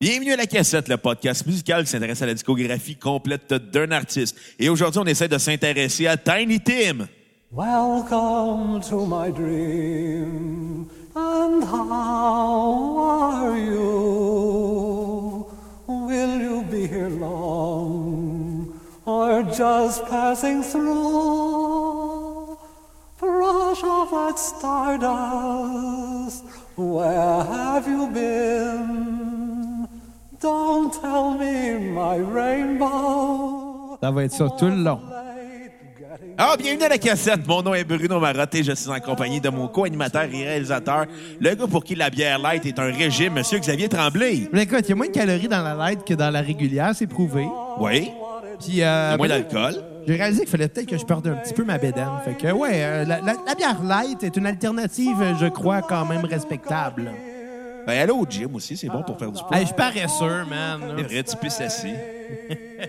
Bienvenue à La Cassette, le podcast musical qui s'intéresse à la discographie complète d'un artiste. Et aujourd'hui, on essaie de s'intéresser à Tiny Tim. Welcome to my dream, and how are you? Will you be here long, or just passing through? Brush off that stardust, where have you been? Don't tell me my rainbow. Ça va être ça tout le long. Late getting Ah, bienvenue à La Cassette. Mon nom est Bruno Marotte et je suis en compagnie de mon co-animateur et réalisateur, le gars pour qui la bière light est un régime, Monsieur Xavier Tremblay. Mais écoute, il y a moins de calories dans la light que dans la régulière, c'est prouvé. Oui, Puis, euh, il y a moins ben, d'alcool. j'ai réalisé qu'il fallait peut-être que je perde un petit peu ma bédaine. Fait que, ouais, euh, la, la- la bière light est une alternative, euh, je crois, quand même respectable. Ben, allô au gym aussi, c'est bon pour faire du sport. Hey, je suis paresseux, man. C'est vrai, tu pisses assis.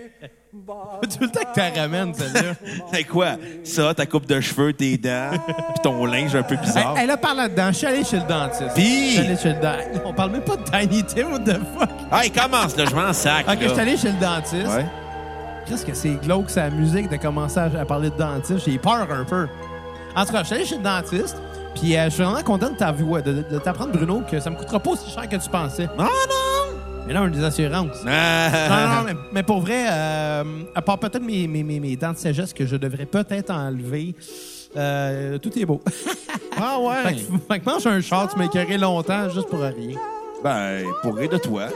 Tout le temps que t'en ramènes, celle-là. C'est quoi? Ça, ta coupe de cheveux, tes dents, puis ton linge un peu bizarre. hey, hey, là, parle là-dedans. Je suis allé chez le dentiste. Puis- Je suis allé chez le dentiste. On parle même pas de Tiny Tim, what the fuck? Hey, commence, là, je m'en sac. Ok, je là. suis allé chez le dentiste. Ouais. Qu'est-ce que c'est glauque, sa musique, de commencer à, à parler de dentiste. J'ai peur un peu. En tout cas, je suis allé chez le dentiste, puis euh, je suis vraiment content de t'avouer, de, de t'apprendre, Bruno, que ça me coûtera pas aussi cher que tu pensais. Non, non! Mais là, on a des assurances. Ah. Non, non, mais, mais pour vrai, euh, à part peut-être mes, mes, mes, mes dents de sagesse que je devrais peut-être enlever, euh, tout est beau. Ah ouais? fait, que, fait que mange un char, tu m'as écœuré longtemps juste pour rien. Ben, pour rire de toi.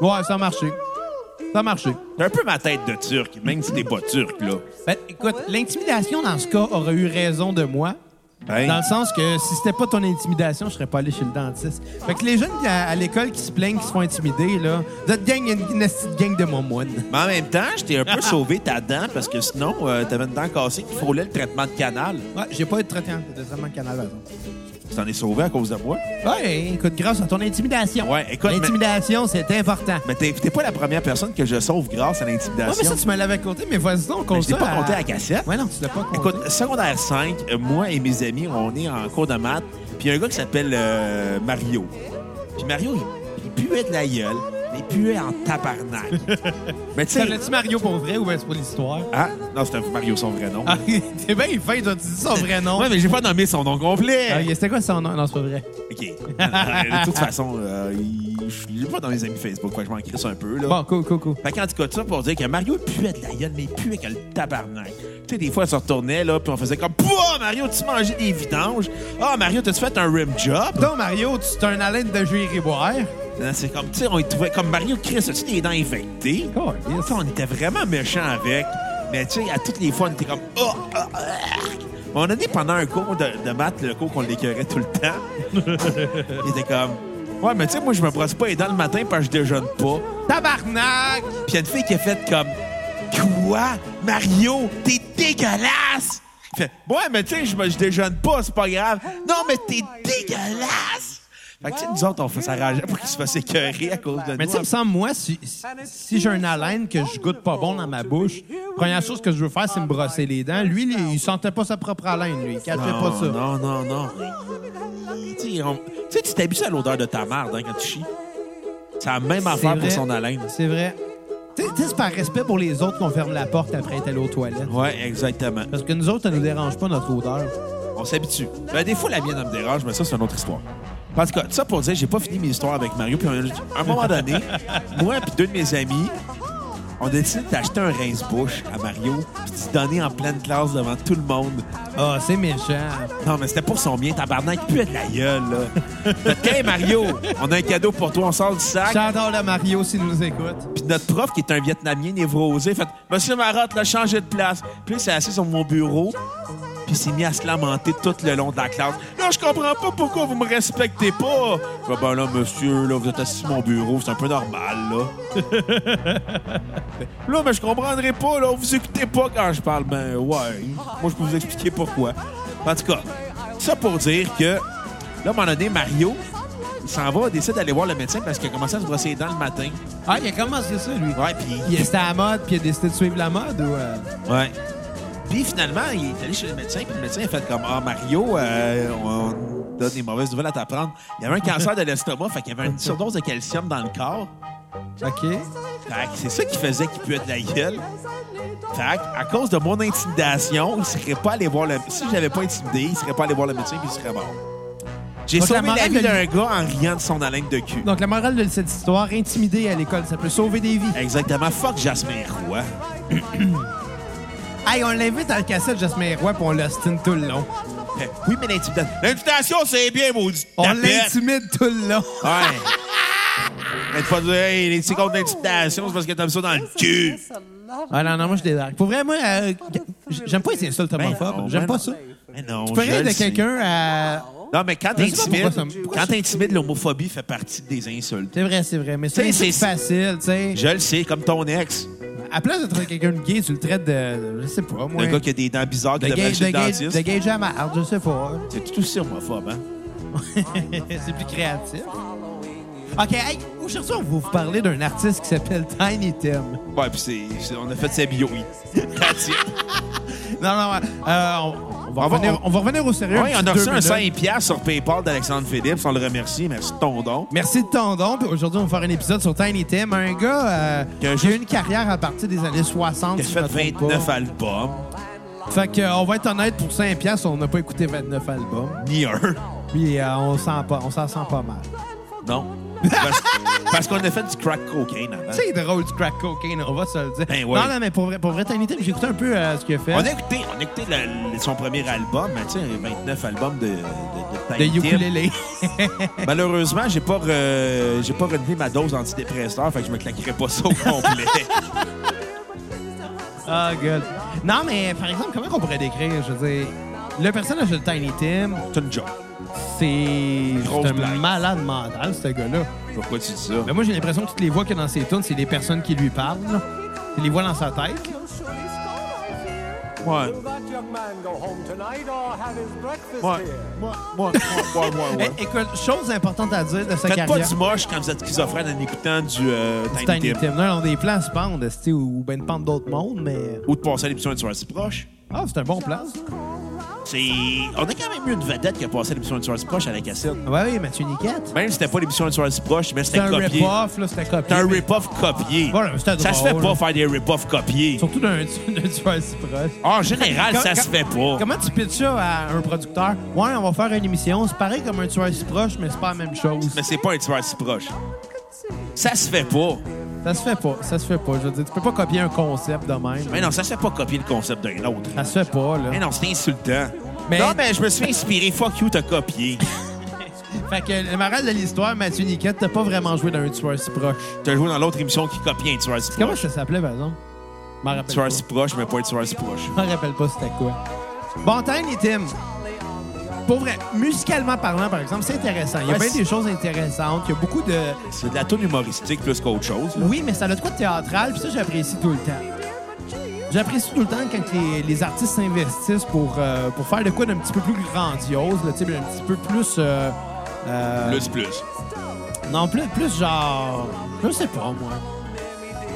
Ouais, ça a marché. Ça a marché. T'as un peu ma tête de turc, même si t'es pas turc, là. Ben, écoute, l'intimidation dans ce cas aurait eu raison de moi. Ben. Dans le sens que si c'était pas ton intimidation, je serais pas allé chez le dentiste. Fait que les jeunes qui, à, à l'école qui se plaignent, qui se font intimider, là, notre gang est une, une petite gang de momoines. Mais en même temps, je t'ai un peu sauvé ta dent parce que sinon, euh, t'avais une dent cassée qui frôlait le traitement de canal. Ouais, j'ai pas eu de traitement de traitement de canal, par exemple. Tu t'en es sauvé à cause de moi? Ouais, écoute, grâce à ton intimidation. Ouais, écoute, L'intimidation, c'est important. Mais t'es t'es pas la première personne que je sauve grâce à Ouais, mais l'intimidation. ça, tu me l'avais compté, mais vas-y donc, compte Mais je l'ai ça pas compté à la cassette. Ouais, non, tu l'as pas compté. Écoute, secondaire 5, euh, moi et mes amis, on est en cours de maths, puis il y a un gars qui s'appelle euh, Mario. Puis Mario, il, il puait de la gueule, mais il puait en tabarnak. mais tu sais... T'appelais-tu Mario pour vrai ou est-ce pour l'histoire? Ah, non, c'était Mario son vrai nom. Ah, t'es bien fin, tu as dit son vrai nom. Ouais, mais j'ai pas nommé son nom complet. Ah, C'était quoi son nom? Non, c'est pas vrai. OK. de toute façon, euh, il- je l'ai pas dans mes amis Facebook, quoi, je m'en crisse un peu. Là. Bon, cool, cool, cool. Fait qu'en tout cas, ça pour dire que Mario puait de la gueule, mais il puait que le tabarnak. Tu sais, des fois, on se retournait, là, puis on faisait comme « Pouah, Mario, tu mangeais des vidanges? Ah, Mario, t'as-tu fait un rim job? Donc, Mario, tu t'es un haleine de jus boire. » Hein, C'est comme, tu sais, on y trouvait comme « Mario, Chris, as-tu des dents infectées? » Oh, yes. Ça, On était vraiment méchants avec, mais tu sais, à toutes les fois, on était comme « Oh! ah, ah, arc. On a dit pendant un cours de, de maths, le cours qu'on l'écœurait tout le temps, il était comme « Ouais, mais tu sais, moi, je me brosse pas les dents le matin parce que je déjeune pas. » Tabarnak! Puis il y a une fille qui a fait comme Quoi? Mario, t'es dégueulasse! Il Fait, ouais, mais tu sais, je me- je déjeune pas, c'est pas grave. Non, mais t'es dégueulasse! Fait que, tu sais, nous autres, on fait s'arranger pour qu'il se fasse écœurer à cause de Mais nous. tu sais, il me semble, moi, si, si- si j'ai un haleine que je goûte pas bon dans ma bouche, première chose que je veux faire, c'est me brosser les dents. Lui, il, il sentait pas sa propre haleine, lui. Il cachait pas ça. Non, non, non. Tu sais, on- tu sais, tu t'habitues à l'odeur de ta marde hein, quand tu chies. C'est la même C'est affaire vrai. pour son haleine. C'est vrai. Tu sais, tu sais, c'est par respect pour les autres qu'on ferme la porte après être allé aux toilettes. Ouais, exactement. Parce que nous autres, ça nous dérange pas notre odeur. On s'habitue. Ben, des fois, la mienne, elle me dérange, mais ça, c'est une autre histoire. En tout cas, ça pour dire, j'ai pas fini mes histoires avec Mario. Puis, à un moment donné, moi puis deux de mes amis, on décide d'acheter un rince-bouche à Mario puis de se donner en pleine classe devant tout le monde. Ah, c'est méchant. Non, mais c'était pour son bien, tabarnak. Il puait de la gueule, là. Fait que, Hey, Mario, on a un cadeau pour toi. On sort du sac. J'adore le Mario s'il nous écoute. Puis notre prof, qui est un Vietnamien névrosé, fait « Monsieur Marotte, là, changez de place. » Puis là, il s'est assis sur mon bureau, puis il s'est mis à se lamenter tout le long de la classe. « Là, je comprends pas pourquoi vous me respectez pas. » Je fais, Ben là, monsieur, là, vous êtes assis sur mon bureau, c'est un peu normal, là. » Là, mais je comprendrai pas, là, vous écoutez pas quand je parle. Ben ouais, moi, je peux vous expliquer pourquoi. En tout cas, ça pour dire que, là, à un moment donné, Mario, il s'en va, décide d'aller voir le médecin parce qu'il a commencé à se brosser les dents le matin. Ah, il a commencé ça, lui. Ouais, puis Il était à la mode, puis il a décidé de suivre la mode ou. euh? Ouais. Puis finalement, il est allé chez le médecin, puis le médecin a fait comme Ah, Mario, euh, on on donne des mauvaises nouvelles à t'apprendre. Il y avait un cancer de l'estomac, fait qu'il y avait une surdose de calcium dans le corps. OK. Fait que c'est ça qui faisait qu'il puait de la gueule. Fait que, à cause de mon intimidation, il serait pas allé voir le... Si je l'avais pas intimidé, il serait pas allé voir le médecin puis il serait mort. J'ai Donc, la sauvé la, morale vie de d'un gars en riant de son haleine de cul. Donc, la morale de cette histoire, intimider à l'école, ça peut sauver des vies. Exactement. Fuck Jasmin Roy. Hey, on l'invite à la cassette, Jasmin Roy, puis on l'ostine tout le long. Euh, Oui, mais l'intimidation... L'intimidation, c'est bien, maudit. On tapette. l'intimide tout le long. Ouais. Arrête pas de dire, hey, les petits contre l'intimidation, c'est parce que t'aimes ça dans le cul. Ah non, non, moi, je débarque. Pour vrai, moi, euh, j'aime pas les insultes Ben homophobes. non, J'aime ben pas non. ça. Mais non, Tu peux je rire le de sais. quelqu'un à... Non, mais quand Je sais pas pourquoi ça t'intimides, me- quand t'intimides, l'homophobie fait partie des insultes. C'est vrai, c'est vrai. Mais Tu sais, c'est c'est c'est- facile, tu sais. Je le sais, comme ton ex. À place de traiter quelqu'un de gay, tu le traites de... Je sais pas, moi. Le gars qui a des dents bizarres qui de devrait gay, chez de le gay, dentiste. de gay jamard, je sais pas. C'est tout aussi homophobe, hein? c'est plus créatif. OK, hey, aujourd'hui, on va vous parler d'un artiste qui s'appelle Tiny Tim. Ouais, puis c'est- c'est- on a fait sa bio, oui. That's it. Non, non, euh, on, on va On va- revenir, on va revenir au sérieux. Ouais, on a petit reçu deux un 5 minutes. piastres sur PayPal d'Alexandre Phillips. On le remercie. Merci de ton don. Merci de ton don. Puis aujourd'hui, on va faire un épisode sur Tiny Tim, un gars euh, qui a Qui a eu une carrière à partir des années 60. Il a si je fait me trompe 29 pas. albums, Fait que, euh, on va être honnête, pour 5 piastres, on n'a pas écouté 29 albums. ni un. Puis euh, on s'en pas- on s'en sent pas mal. Non. Parce, parce qu'on a fait du crack cocaine avant. C'est drôle du crack cocaine, on va se le dire. Ben ouais. Non, non, mais pour vrai, pour vrai Tiny Tim, j'ai écouté un peu euh, ce qu'il a fait. On a écouté, on a écouté le- le- son premier album, mais tu sais, 29 albums de, de, de De Tiny Tim. ukulélé. Malheureusement, j'ai pas, re- j'ai pas relevé ma dose antidépresseur, fait que je me claquerai pas ça au complet. Ah, gueule. Non, mais par exemple, comment on pourrait décrire, je veux dire, le personnage de Tiny Tim, C'est une joke. c'est Grosse c'est un blague. malade mental, ce gars-là. Pourquoi tu dis ça? Mais Ben, moi, j'ai l'impression que toutes les voix qu'il y a dans ses tunes, c'est des personnes qui lui parlent. là. C'est les voix dans sa tête. Moi, Will that young man go home tonight or have his breakfast moi, here? moi, moi, moi, moi, moi. Eh, écoute, chose importante à dire de sa Faites pas carrière. du moche quand vous êtes schizophrène en écoutant du euh, du Tiny, Tiny Tim. Tim. Non, on a des plans à se pendre, esti, ou ben de pendre d'autres mondes, mais... Ou de passer à l'émission une soirée si proche. Ah, c'est un bon plan. ça. C'est... On a quand même eu une vedette qui a passé à l'émission une soirée si proche à la cassette. Ah bah oui, Mathieu Niquette. Même si c'était pas l'émission une soirée si proche, mais C'est c'était un Ben, copié. rip-off, là, c'était copié. C'est un mais- rip-off copié. Voilà, mais c'était ça se fait drôle, pas là. faire des rip-off copiés. Surtout d'un d'un tueur si proche. En général, Quand- ça quand- se fait pas. Comment tu pitches ça à un producteur? Ouais, on va faire une émission. C'est pareil comme un tueur si proche, mais c'est pas la même chose. Mais c'est pas un tueur si proche. Ça se fait pas. Ça se fait pas. Ça se fait pas. Je veux dire, tu peux pas copier un concept de même. Mais non, ça se fait pas copier le concept d'un autre. Ça se fait pas, là. Mais non, c'est insultant. Mais- Non, mais je me suis inspiré. Fuck you, t'as copié. Fait que le moral de l'histoire, Mathieu Niquette, t'as pas vraiment joué dans un tueur si proche. T'as joué dans l'autre émission qui copie un tueur si Comment proche. ça s'appelait, par exemple? Je m'en rappelle pas. Tueur si proche, mais pas un tueur si proche. Je m'en rappelle pas c'était quoi. Bon, Tiny Tim. Pour vrai, musicalement parlant, par exemple, c'est intéressant. Il y a Ouais, bien c'est- des choses intéressantes. Il y a beaucoup de... C'est de la toune humoristique plus qu'autre chose. là. Oui, mais ça a de quoi de théâtral, puis ça, j'apprécie tout le temps. J'apprécie tout le temps quand les, les artistes s'investissent pour, euh, pour faire de quoi d'un petit peu plus grandiose, là, tu sais, un petit peu plus... euh, euh, Plus, plus. Non, plus, plus genre... Je sais pas, moi.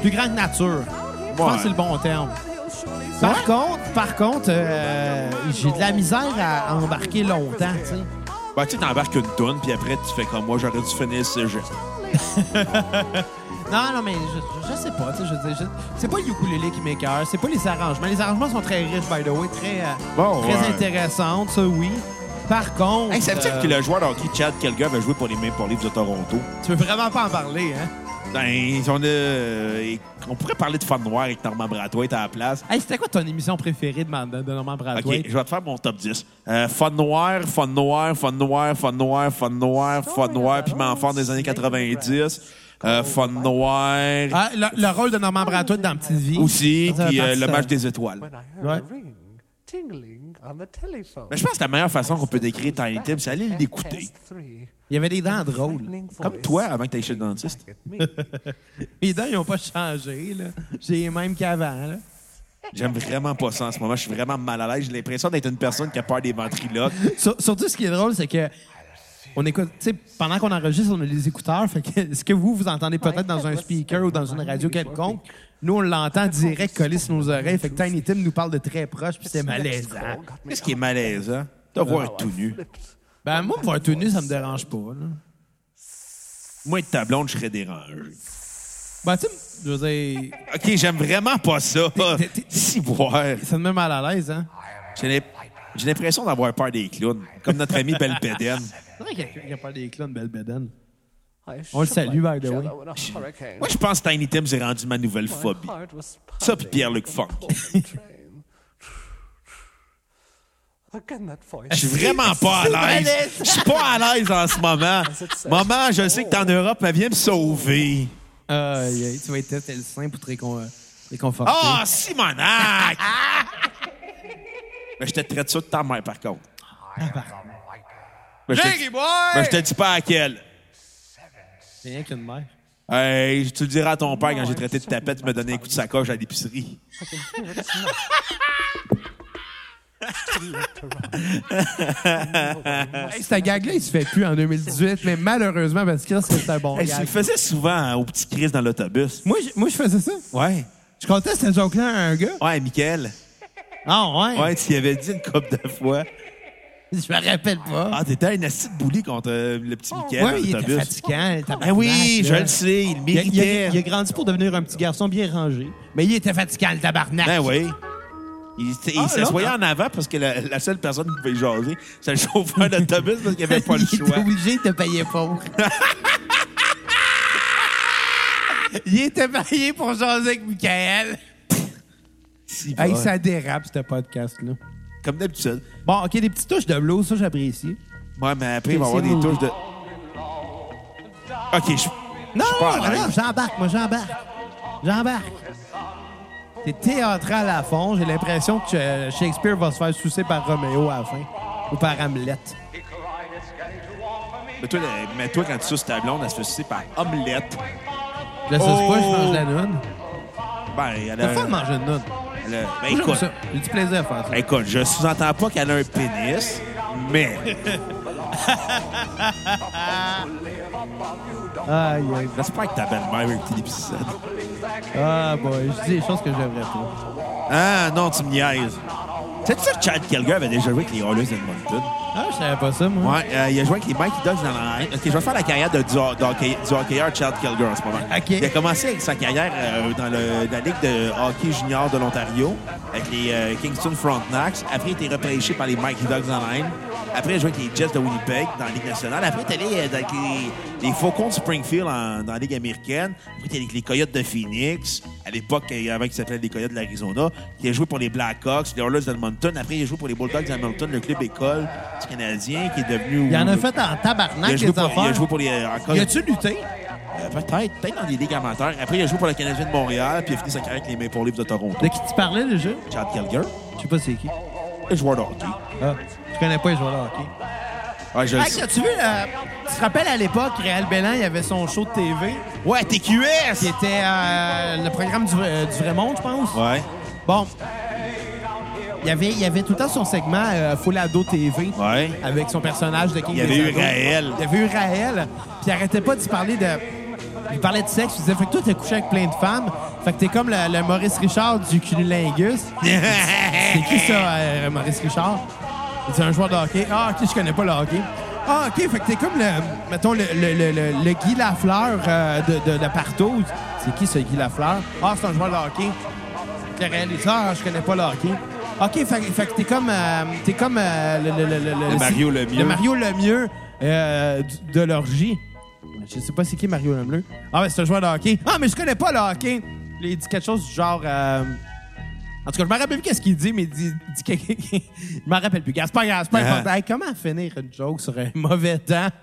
Plus grand que nature. Je pense Ouais. que c'est le bon terme. Par contre, par contre, euh, j'ai de la misère à embarquer longtemps, tu sais. Bah, tu sais, t'embarques une toune, puis après, tu fais comme moi, j'aurais dû finir ce jeu. Non, non, mais je, je sais pas. tu sais, Je, veux dire, je- c'est pas le ukulélé qui m'écœure, c'est pas les arrangements. Les arrangements sont très riches, by the way, très, euh, Bon, très ouais. intéressantes, ça, oui. Par contre. Hey, ça veut dire euh, que le joueur de hockey Chad Kelga va jouer pour les Maple Leafs de Toronto? Tu veux vraiment pas en parler, hein? Ben, on, a- on pourrait parler de fan noir avec Norman Brathwaite à la place. Hey, c'était quoi ton émission préférée de, Man- de Norman OK, Brathwaite? je vais te faire mon top 10. Euh, fun noir, fun noir, fun noir, fun noir, fun noir, fun noir, puis enfant des années 90. Euh, fun noir Ah, le, le rôle de Norman Brathwaite dans Petite Vie. aussi, Ça, ça puis fait euh, partie le de- match des étoiles. When I heard Right. a ring tingling on the telephone. Mais je pense que la meilleure façon qu'on peut décrire Tiny Tim, c'est aller l'écouter. Il y avait des dents drôles. Comme toi, avant que tu chez le dentiste. Les dents, ils ont pas changé, là. J'ai les mêmes qu'avant, là. J'aime vraiment pas ça en ce moment. Je suis vraiment mal à l'aise. J'ai l'impression d'être une personne qui a peur des ventriloques. Sur- surtout, ce qui est drôle, c'est que on écoute, tu sais, pendant qu'on enregistre, on a les écouteurs. Fait que ce que vous, vous entendez peut-être dans un speaker ou dans une radio quelconque, nous, on l'entend direct collé sur nos oreilles. Fait que Tiny Tim nous parle de très proche, puis c'est malaisant. Qu'est-ce qui est malaisant? Ah, De voir tout nu. Ben, moi, me voir tout nu, ça me dérange pas, là. Moi, être ta blonde, je serais dérangé. Ben, tu sais, je veux dire, OK, j'aime vraiment pas ça. t'es- t'es- Si voir. ça me met mal à l'aise, hein? J'ai l'im- j'ai l'impression d'avoir peur des clowns, comme notre ami Belpédène. C'est vrai qu'il n'y a pas des clowns, belle bédaine. I On le shook salue, like by the way. jello in a hurricane. Moi, je pense que Tiny Tim, c'est rendu ma nouvelle My phobie. heart was Ça, puis pounding Pierre-Luc like a Funk. bullet train. Again, that voice. Je suis vraiment pas à l'aise. Je suis pas à l'aise en ce moment. Maman, je sais que t'es en Europe, mais viens me sauver. Aïe, aïe, tu vas être tête le sein pour te récon- réconforter. Ah, Simonac! mais je te traite ça de ta mère, par contre. Mais je, te, Ben, mais je te dis pas à quelle. C'est rien qu'une mère. Hey, tu le diras à ton père quand j'ai traité de tapette, tu m'as donné un coup de sacoche à l'épicerie. Hey, cette gag-là, il se fait plus en 2018, mais malheureusement, parce que c'est un bon Hey, tu le gag. faisais souvent hein, aux petits crises dans l'autobus. Moi, je- moi, je faisais ça. Ouais. Je comptais cette joke-là à un gars. Ouais, Michael. Ah, ouais? Ouais, tu y avais dit une couple de fois. Je me rappelle pas. Ah, t'étais un acide bouli contre euh, le petit Michael ouais, dans il était l'autobus. fatigant. le Ah oui, tabarnak, je là. le sais, il Il a, il a- méritait. il a grandi pour devenir un petit garçon bien rangé. Mais il était fatigant, le tabarnak. Ben oui. Il, s- il Ah, s'assoyait là, en avant parce que la, la seule personne qui pouvait jaser, c'est le chauffeur d'autobus parce qu'il avait pas le il était choix. obligé de payer pour. il était payé pour jaser avec Michael. Si, Hey, bon. ça dérape, ce podcast-là. Comme d'habitude. Bon, OK, des petites touches de bleu, ça, j'apprécie. Ouais, mais après, il va y avoir C'est des bon. touches de. OK, je. Non, suis pas à l'aise. non, j'embarque, moi, j'embarque. J'embarque. T'es théâtral à fond. J'ai l'impression que euh, Shakespeare va se faire soucier par Roméo à la fin. Ou par Hamlet. Mais toi, le- mais toi, quand tu suces ta blonde, elle se fait sucer par omelette. Je sais pas, je mange Oh! la nonne. Ben, elle T'as a. le fun de manger une nonne. elle a- ben, Moi, J'aime écoute, ça. J'ai du plaisir à faire ça. écoute, je sous-entends pas qu'elle a un pénis, mais. Aïe, aïe. J'espère que ta belle-mère a écouté l'épisode. Ah, boy, je dis des choses que j'aimerais pas. Ah, non, tu me niaises. C'est ça que Chad Kelger avait déjà joué avec les Oilers d'Edmonton? Ah, je savais pas ça, moi. Ouais, euh, il a joué avec les Mikey Ducks dans la OK, je vais faire la carrière de, du, ho- de hockey- du hockeyeur Chad Kelger en ce moment. OK. Il a commencé avec sa carrière euh, dans le- la Ligue de hockey junior de l'Ontario avec les euh, Kingston Frontenacs. Après, il a été repêché par les Mikey Ducks dans la haine. Après, il a joué avec les Jets de Winnipeg dans la Ligue nationale. Après, il est allé euh, avec les, les Faucons de Springfield en- dans la Ligue américaine. Après, il est allé avec les Coyotes de Phoenix. À l'époque, il y avait qui s'appelait les Coyotes de l'Arizona. Il a joué pour les Blackhawks, les Oilers d'Edmonton. Après, il a joué pour les Bulldogs d'Hamilton, le club école du Canadien qui est devenu... Il en a fait en tabarnak, Il a les joué pour, il a affaires. joué pour les. encore- Y a-tu lutté? Euh, peut-être, peut-être dans les ligues amateurs. Après, il a joué pour le Canadien de Montréal, puis il a fini sa carrière avec les Maple Leafs de Toronto. De qui tu parlais, déjà? Chad Kelger, Je sais pas c'est qui. le joueur de hockey. Ah, je connais pas les joueurs de hockey. Euh, Ouais, je le Hey, sais. as-tu vu, euh, tu te rappelles à l'époque, Réal Bellan, il y avait son show de TV Ouais, TQS! qui était euh, le programme du, euh, du vrai monde, je pense. Ouais, Bon. Il y avait, il y avait tout le temps son segment euh, Full Ado TV ouais. avec son personnage de King Il y avait des eu Ados. Raël. Il y avait eu Raël. Puis il arrêtait pas d'y parler de. Il parlait de sexe. Il disait Fait que toi, t'es couché avec plein de femmes. Fait que t'es comme le, le Maurice Richard du Cunilingus. C'est qui ça, euh, Maurice Richard? C'est un joueur de hockey. Ah, ok, je connais pas le hockey. Ah, ok, fait que t'es comme le, mettons, le, le, le, le- le Guy Lafleur euh, de, de, de Partouze. C'est qui ce Guy Lafleur? Ah, c'est un joueur de hockey. Le réalisateur, ah, je connais pas le hockey. Ok, fait, fait que t'es comme, euh, t'es comme euh, le, le, le, le, Le Mario Lemieux. Le Mario Lemieux euh, du- de l'orgie. Je sais pas c'est qui Mario Lemieux. Ah, ouais, c'est un joueur de hockey. Ah, mais je connais pas le hockey. Il dit quelque chose du genre. euh, en tout cas, je me rappelle plus qu'est-ce qu'il dit, mais il dit, il dit quelque- je m'en rappelle plus. Gars, C'est pas grave, c'est pas Ah. important. Hey, comment finir une joke sur un mauvais temps?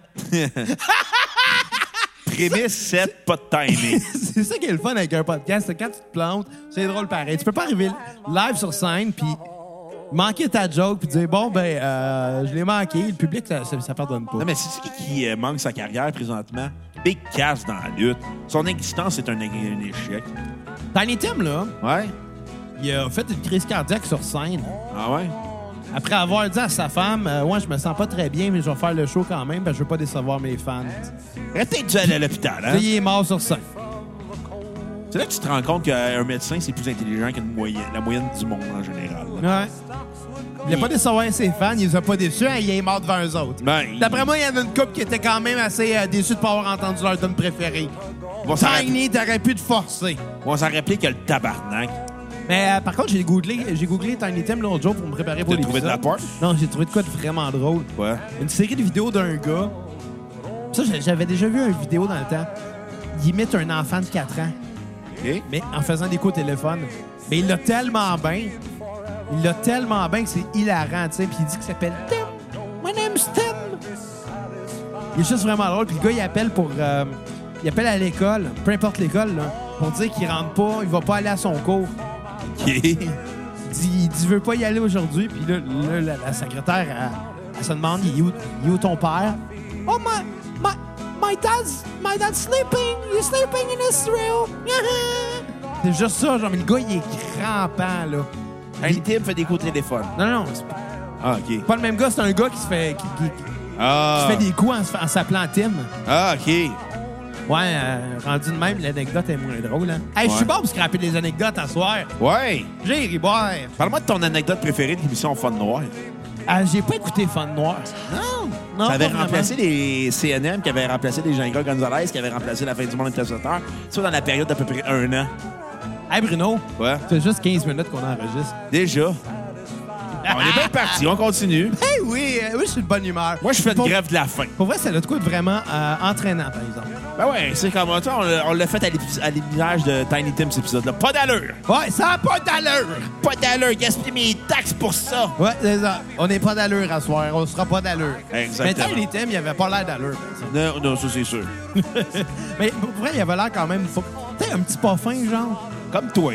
Prémisse 7, pas de timing. c'est ça qui est le fun avec un podcast. c'est Quand tu te plantes, c'est drôle pareil. Tu peux pas arriver live sur scène puis manquer ta joke puis dire bon ben euh, je l'ai manqué. Le public ça, ça, ça pardonne pas. Non, mais c'est qui qui euh, manque sa carrière présentement? Big Cass dans la lutte. Son existence est un, é- un échec. Tiny Tim là, Ouais? il a fait une crise cardiaque sur scène Ah ouais? après avoir dit à sa femme euh, ouais je me sens pas très bien mais je vais faire le show quand même parce que je veux pas décevoir mes fans. Arrêtez dû aller à l'hôpital, hein? Puis il est mort sur scène. C'est là que tu te rends compte qu'un médecin, c'est plus intelligent que moyenne, la moyenne du monde en général. là. Ouais. Il a pas décevoir ses fans, il les a pas déçus, hein, il est mort devant eux autres. Ben, il- euh, D'après moi, il y en a une couple qui était quand même assez déçu de pas avoir entendu leur tune préférée. On s'en rappelait- Tiny, t'aurais pu te forcer. on s'en rappelait que le tabarnak. Mais euh, par contre, j'ai googlé, j'ai googlé Tiny Tim l'autre jour pour me préparer pour T'as trouvé de la l'épisode. porn? Non, j'ai trouvé de quoi de vraiment drôle. Quoi? Une série de vidéos d'un gars. Ça, j'a- j'avais déjà vu une vidéo dans le temps. Il imite un enfant de 4 ans, OK? mais en faisant des coups au téléphone. Mais il l'a tellement bien. Il l'a tellement bien que c'est hilarant, tu sais. Puis il dit qu'il s'appelle Tim. My name's Tim. Il est juste vraiment drôle. Puis le gars, il appelle pour. euh, il appelle à l'école, peu importe l'école, là, pour dire qu'il rentre pas, il va pas aller à son cours. OK. dit, il dit, veut pas y aller aujourd'hui. Puis là, là, la, la secrétaire, elle, elle se demande, il est où, il est où ton père? Oh, my, my, my dad's, my dad's sleeping. He's sleeping in his room. c'est juste ça, genre, mais le gars, il est crampant, là. Tiny Tim fait des coups de téléphone. Non, non, c'est pas- Ah, OK. pas le même gars, c'est un gars qui se fait, qui, qui- qui se Ah, fait des coups en, se fa- en s'appelant Tim. ah OK. Ouais, euh, rendu de même, l'anecdote est moins drôle, hein. Hey, je suis Ouais. bon pour scraper des anecdotes à soir. Ouais. J'ai ri boire. Parle-moi de ton anecdote préférée de l'émission Fun Noir. Ah, J'ai pas écouté Fun Noir. Non. Non, ça avait pas remplacé les CNM, qui avait remplacé les Jenga Gonzalez, qui avait remplacé la fin du monde intercepteur. Ça, dans la période d'à peu près un an. Hey, Bruno. Ouais. Ça fait juste 15 minutes qu'on enregistre. Déjà. On est bien parti, on continue. Eh oui, euh, oui, je suis de bonne humeur. Moi, je fais une pour, grève de la faim. Pour vrai, ça a de quoi de vraiment euh, entraînant, par exemple. Ben ouais, c'est comme ça, on l'a- on l'a fait à l'ép- à l'image de Tiny Tim, cet épisode-là. Pas d'allure! Ouais, ça n'a pas d'allure. Pas d'allure! Gaspiller mes taxes pour ça! Ouais, c'est ça. On n'est pas d'allure à soir. On sera pas d'allure. Mais Exactement. tant les thèmes, il n'y avait pas l'air d'allure. par exemple. Non, non, ça, c'est sûr. Mais pour vrai, il avait l'air quand même... fou. Tu sais, un petit pas fin, genre. Comme toi.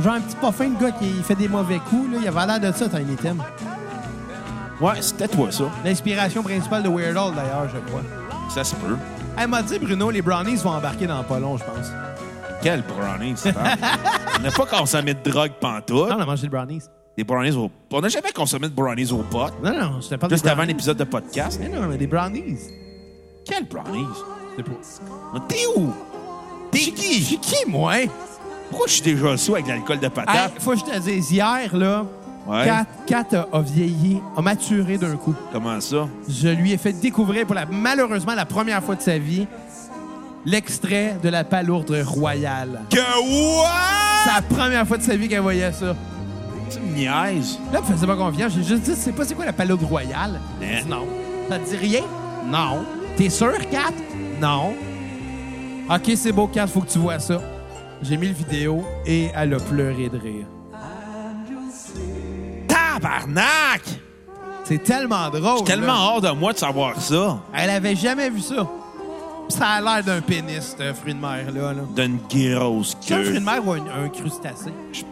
Genre un petit pas fin, le gars qui fait des mauvais coups. Là. Il avait l'air de ça, t'as les thèmes. Ouais, c'était toi, ça. L'inspiration principale de Weird Al, d'ailleurs, je crois. Ça se peut. Elle m'a dit, Bruno, les brownies vont embarquer dans pas long, je pense. Quel brownies, ça. On n'a pas consommé de drogue pantoute. Non, on a mangé des brownies. Des brownies au... On n'a jamais consommé de brownies au pot. Non, non, je te parle Là, des c'était avant un brownies. épisode de podcast. Mais non, mais des brownies. Quel brownies? C'est pas... T'es où? T'es qui? Qui, moi? hein? Pourquoi je suis déjà sous avec de l'alcool de patate? faut que je te dise, hier, là, Ouais. Kat, Kat a, a vieilli, a maturé d'un coup. Comment ça? Je lui ai fait découvrir, pour la, malheureusement, la première fois de sa vie, l'extrait de la palourde royale. Que what? C'est la première fois de sa vie qu'elle voyait ça. Tu me niaises. Là, elle me faisait pas confiance. J'ai juste dit, c'est pas c'est quoi la palourde royale? Elle dit, non. Ça te dit rien? Non. T'es sûr, Kat? Non. OK, c'est beau, Kat, faut que tu vois ça. J'ai mis le vidéo et elle a pleuré de rire. Tabarnak! C'est tellement drôle. Oh, là. Tellement hors de moi de savoir ça. Elle avait jamais vu ça. Ça a l'air d'un pénis, ce fruit de mer, là. là. D'une grosse C'est un fruit queue. de mer ou un, un crustacé? Je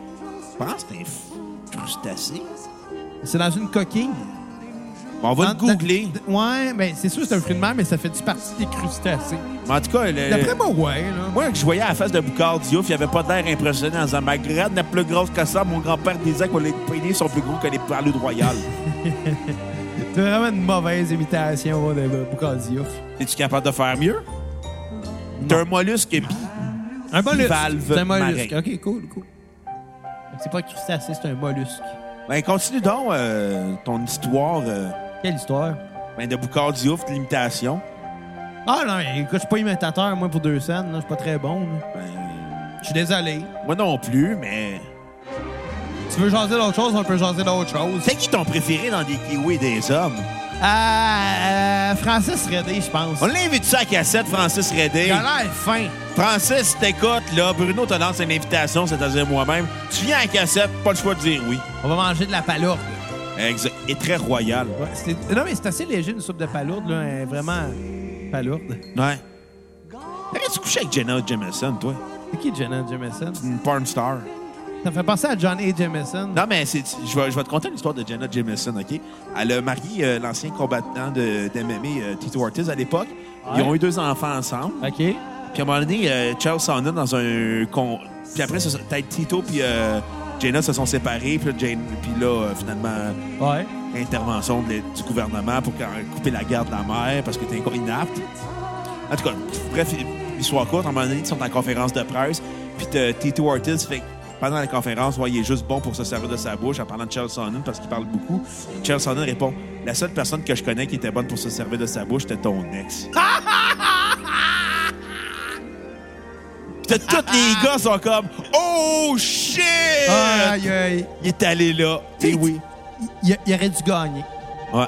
pense que c'est un f- crustacé. C'est dans une coquille. On va le Dans- googler. dans- Ouais, mais c'est sûr que c'est un fruit de mer, mais ça fait du partie des crustacés. Mais en tout cas, le- D'après moi, ouais, là. moi, que je voyais à la face de Boucard Diouf, il avait pas d'air impressionné en disant Ma grade n'est plus grosse que ça. Mon grand-père disait que les pénis sont plus gros que les paludes royales. C'est vraiment une mauvaise imitation ouais, de euh, Boucadio. Es-tu capable de faire mieux? T'es un mollusque épi. Un mollusque. Valve C'est un mollusque. marin. OK, cool, cool. C'est pas un crustacé, c'est un mollusque. Ben, continue donc euh, ton histoire euh, Quelle histoire. ben, de Boucard Diouf, de l'imitation. Ah non, écoute, je suis pas imitateur, moi, pour deux scènes. là. Je suis pas très bon. là. Ben, Je suis désolé. moi non plus, mais. Tu veux jaser d'autre chose, on peut jaser d'autre chose. C'est qui ton préféré dans des kiwis des hommes? Euh, euh, Francis Redé, je pense. On l'invite ça à cassette, Francis Redé. Il a l'air fin. Francis, t'écoutes, là. Bruno te lance une invitation, c'est-à-dire moi-même. Tu viens à cassette, pas le choix de dire oui. On va manger de la palourde. Exact. Et très royal. Ouais, c'est- non, mais c'est assez léger, une soupe de palourde. Là, Elle est vraiment palourde. Ouais. T'aurais-tu couché avec Jenna Jameson, toi? C'est qui Jenna Jameson? Une porn star. Ça me fait penser à John A. Jameson. Non, mais c'est, je, vais, je vais te conter l'histoire de Jenna Jameson, OK? Elle a marié euh, l'ancien combattant de, d'MMA, euh, Tito Ortiz, à l'époque. Ils Ouais. ont eu deux enfants ensemble. OK. Puis à un moment donné, euh, Charles s'en est dans un... Con... Puis après, ça- peut-être Tito puis euh, Jenna se sont séparés. Puis là, Jane- puis là euh, finalement... Ouais. intervention de- du gouvernement pour qu'en- couper la garde de la mère parce que t'es encore inapte. En tout cas, bref, histoire courte, à un moment donné, ils sont en conférence de presse, puis t'as Tito Ortiz fait que pendant la conférence, ouais, il est juste bon pour se servir de sa bouche en parlant de Charles Sonnen parce qu'il parle beaucoup. Charles Sonnen répond La seule personne que je connais qui était bonne pour se servir de sa bouche, c'était ton ex. T'as tous les gars sont comme Oh shit! Aïe, aïe. Il est allé là. Et Eh oui. Il, il aurait dû gagner. Ouais.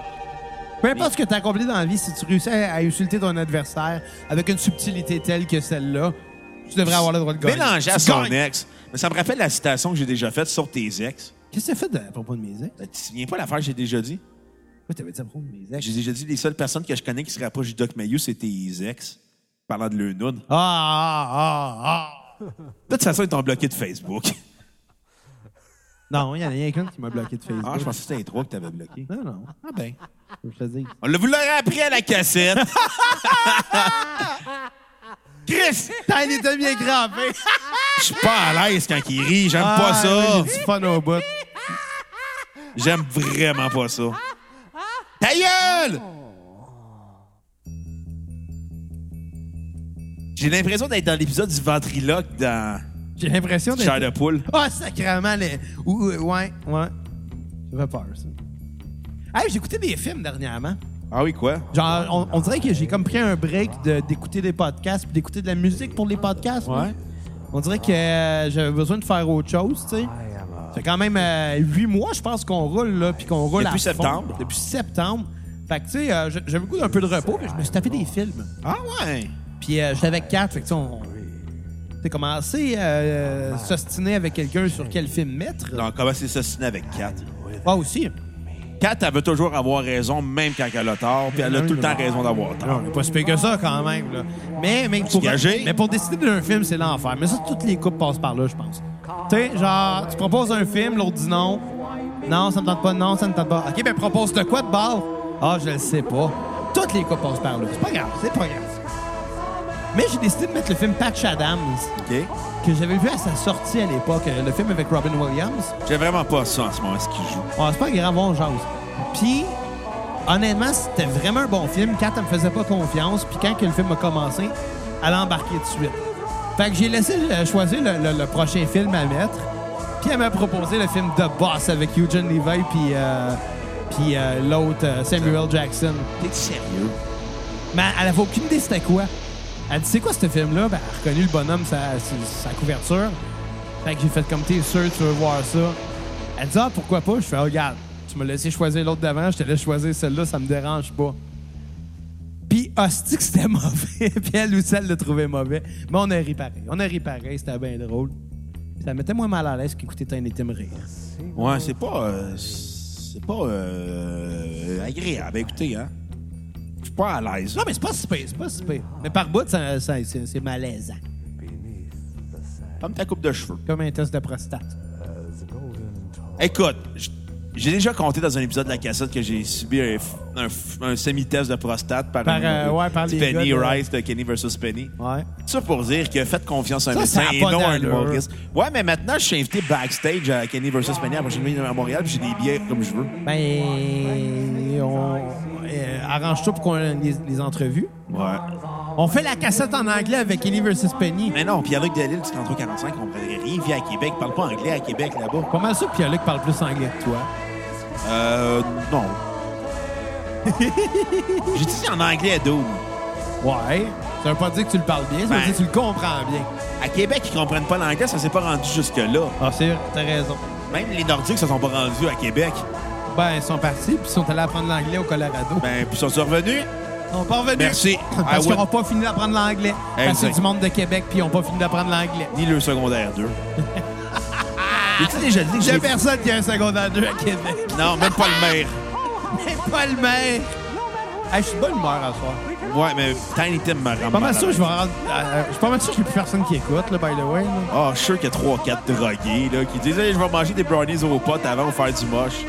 Peu importe ce que tu as accompli dans la vie, si tu réussis à à insulter ton adversaire avec une subtilité telle que celle-là, tu devrais avoir le droit de gagner. Mélanger à Tu son gagnes. ex. Mais ça me rappelle la citation que j'ai déjà faite sur tes ex. Qu'est-ce que t'as fait de- à propos de mes ex? Tu te souviens pas l'affaire que j'ai déjà dit? Quoi, t'avais dit à propos de mes ex? J'ai déjà dit les seules personnes que je connais qui se rapprochent du Doc Mayou, c'est tes ex. Parlant de l'eunoun. Ah, ah, ah, ah. De toute façon, ils t'ont bloqué de Facebook. Non, il y en a rien qu'une qui m'a bloqué de Facebook. Ah, je pensais que c'était les trois que t'avais bloqué. Non, non. Ah ben. Je te dis. On l'a- vous l'aurez appris à la cassette. Chris! Putain, il était bien crampé. Je suis pas à l'aise quand il rit. J'aime pas Ah, ça. oui, J'ai du fun au bout. J'aime vraiment pas ça. Ta gueule! J'ai l'impression d'être dans l'épisode du ventriloque dans J'ai l'impression Chair d'être... de poule. Ah, sacrément, les... Ouh, ouh, ouais, ouais. Ça fait peur, ça. Hey, j'ai écouté des films dernièrement. Ah oui, quoi? Genre, on, on dirait que j'ai comme pris un break de- d'écouter des podcasts puis d'écouter de la musique pour les podcasts. moi. Ouais. On dirait que euh, j'avais besoin de faire autre chose, tu sais. Ça fait quand même euh, huit mois, je pense, qu'on roule, là, puis qu'on roule à Depuis fond. septembre. Depuis septembre. Fait que, tu sais, euh, j'a- j'avais le goût d'un peu de repos, puis je me suis tapé des films. Ah ouais! Puis euh, j'étais avec quatre, fait que, tu sais, on... T'as commencé à euh, s'ostiner avec quelqu'un sur quel film mettre. Non, comment c'est assassiné avec Kat? Ah, aussi. Kat, elle veut toujours avoir raison, même quand elle a tort, puis elle a tout le temps raison d'avoir tort. Non, on n'est pas si pire que ça, quand même. Là. Mais, mais, pour, Engagé. mais pour décider d'un film, c'est l'enfer. Mais ça, toutes les coupes passent par là, je pense. Tu sais, genre, tu proposes un film, l'autre dit non. Non, ça me tente pas. Non, ça me tente pas. OK, ben propose de quoi de base? Ah, je le sais pas. Toutes les coupes passent par là. C'est pas grave, c'est pas grave. Mais j'ai décidé de mettre le film Patch Adams, OK? que j'avais vu à sa sortie à l'époque, euh, le film avec Robin Williams. J'ai vraiment pas ça en ce moment, ce qu'il joue. Ah, c'est pas grave, on jase. Puis, honnêtement, c'était vraiment un bon film. Quand elle me faisait pas confiance, puis quand que le film a commencé, elle a embarqué de suite. Fait que j'ai laissé euh, choisir le, le- le prochain film à mettre. Puis elle m'a proposé le film The Boss avec Eugene Levy puis euh, puis euh, l'autre euh, Samuel Jackson. T'es sérieux? Mais elle avait aucune idée c'était quoi. Elle dit c'est quoi ce film là Ben elle a reconnu le bonhomme sa, sa- sa couverture. Fait que j'ai fait comme t'es sûr tu veux voir ça. Elle dit ah pourquoi pas Je fais Ah, regarde tu me laissais choisir l'autre d'avant je te laisse choisir celle-là ça me dérange pas. Puis hostie que c'était mauvais puis elle aussi elle le trouvait mauvais. Mais on a ri pareil on a ri pareil c'était bien drôle. Ça me mettait moins mal à l'aise qu'écouter Tain et rire. Ouais, c'est pas. euh, c'est pas. euh, agréable. Écoutez, hein? Je suis pas à l'aise. Non mais c'est pas si pire, c'est pas si pire. Mais par bout ça- ça- c'est c'est malaisant Comme ta coupe de cheveux. comme un test de prostate. Écoute, j- j'ai déjà compté dans un épisode de la cassette que j'ai subi un, f- un f- un semi-test de prostate par, Par, un- euh, ouais, par les Penny gars de- Rice de Kenny versus Penny. Ouais. Ça pour dire que faites confiance à un Ça, ça médecin a et pas non à un d'allure. humoriste. Ouais, mais maintenant, je suis invité backstage à Kenny versus Penny à la prochaine nuit à Montréal, puis j'ai des billets comme je veux. Ben, on euh, arrange tout pour qu'on ait les, les entrevues. Ouais. On fait la cassette en anglais avec Ellie versus Penny. Mais non, puis avec Delille, tu qu'en 45, on prendrait rien. Il vit à Québec, il parle pas anglais à Québec là-bas. Pas mal sûr que Pierre-Luc parle plus anglais que toi. Euh, non. j'ai dit en anglais à Doom. Ouais. Ça veut pas dire que tu le parles bien, ça veut Ben. dire que tu le comprends bien. À Québec, ils comprennent pas l'anglais, ça s'est pas rendu jusque-là. Ah, c'est vrai, t'as raison. Même les Nordiques se sont pas rendus à Québec. Ben, ils sont partis, puis ils sont allés apprendre l'anglais au Colorado. Ben, puis ils sont revenus. ils sont pas revenus. Merci. I Parce qu'ils would- n'ont pas fini d'apprendre l'anglais. Parce que c'est Exact. du monde de Québec, puis ils n'ont pas fini d'apprendre l'anglais. Ah. Ni le secondaire 2. J'ai-tu déjà dit que J'ai j'ai... personne qui a un secondaire 2 à Québec. Non, même pas le maire. Mais pas le maire. Hey, je suis de bonne humeur à soir. Ouais, mais Tiny Tim m'a rendu. Pas mal sûr, que je vais rendre. euh, je suis pas mal sûr qu'il n'y a plus personne qui écoute, là, by the way. là. Ah, je suis sûr qu'il y a 3-4 drogués là, qui disent hey, je vais manger des brownies aux potes avant de faire du moche.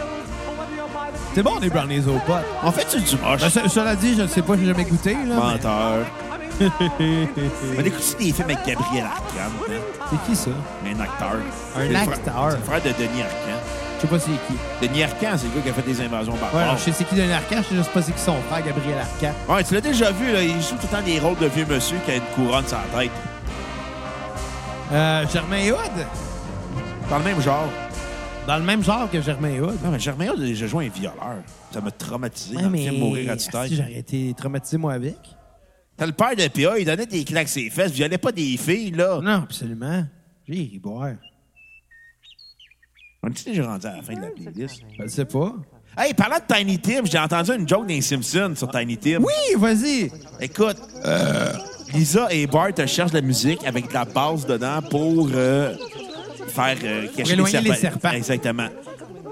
C'est bon, des brownies au pot. En fait, tu du moche. Ben, ce- cela dit, je ne sais pas, je n'ai jamais goûté, là. Ah, Menteur. Ben, mais- On écoute des films avec Gabriel Arcand, hein? c'est qui ça? mais un acteur. Un C'est le frère- acteur. C'est le frère de Denis Arcand. Je sais pas c'est qui. Ouais, Denis Arcand, c'est le gars qui a fait des invasions barbares. alors, je sais c'est qui Denis Arcand, je sais juste pas c'est qui son frère, Gabriel Arcand. Ouais, tu l'as déjà vu, là, il joue tout le temps des rôles de vieux monsieur qui a une couronne sur la tête. Euh, Germain Hood? Dans le même genre. Dans le même genre que Germain Hood. Non, mais Germain Hood a déjà Ah, joué un violeur. Ça m'a traumatisé. dans le film Mourir à tue-tête. Si j'aurais été traumatisé, moi, avec. T'as le père de PA, il donnait des claques ses fesses, il violait pas des filles, là. Non, absolument. J'ai ri boire. On est déjà rendu à la fin de la playlist. Je le sais pas. Hey, parlant de Tiny Tim, j'ai entendu une joke des Simpsons sur Tiny Tim. Oui, vas-y. Écoute, euh, Lisa et Bart cherchent de la musique avec de la basse dedans pour euh, faire euh, cacher éloigner les les serpents. serpents. Exactement.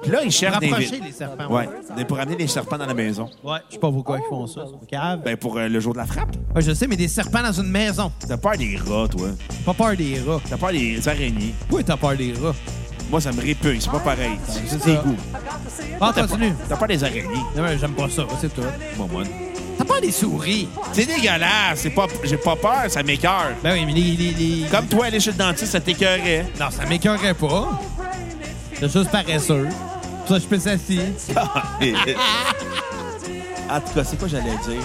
Puis là, ils cherchent des rapprocher vi- les serpents, Ouais, mais pour amener les serpents dans la maison. Ouais, je sais pas pourquoi ils font ça. C'est grave. Ben pour euh, le jour de la frappe. Ouais, je sais, mais des serpents dans une maison. T'as peur des rats, toi. Pas peur des rats. T'as peur des araignées. Pourquoi t'as peur des rats? Moi, ça me répugne. C'est pas pareil. c'est C'est ça. des goûts. Ah, continue. T'as peur des araignées. Non, mais j'aime pas ça, c'est toi. Moi, moi. T'as peur des souris. C'est dégueulasse. C'est pas... J'ai pas peur. Ça m'écœure. Ben oui, mais les... les- les- Comme toi, aller chez le dentiste, ça t'écœurait. Non, ça m'écœurait pas. C'est juste paresseux. Pour Ça, je peux Euh, s'asseoir. en Ah, tout cas, c'est quoi j'allais dire?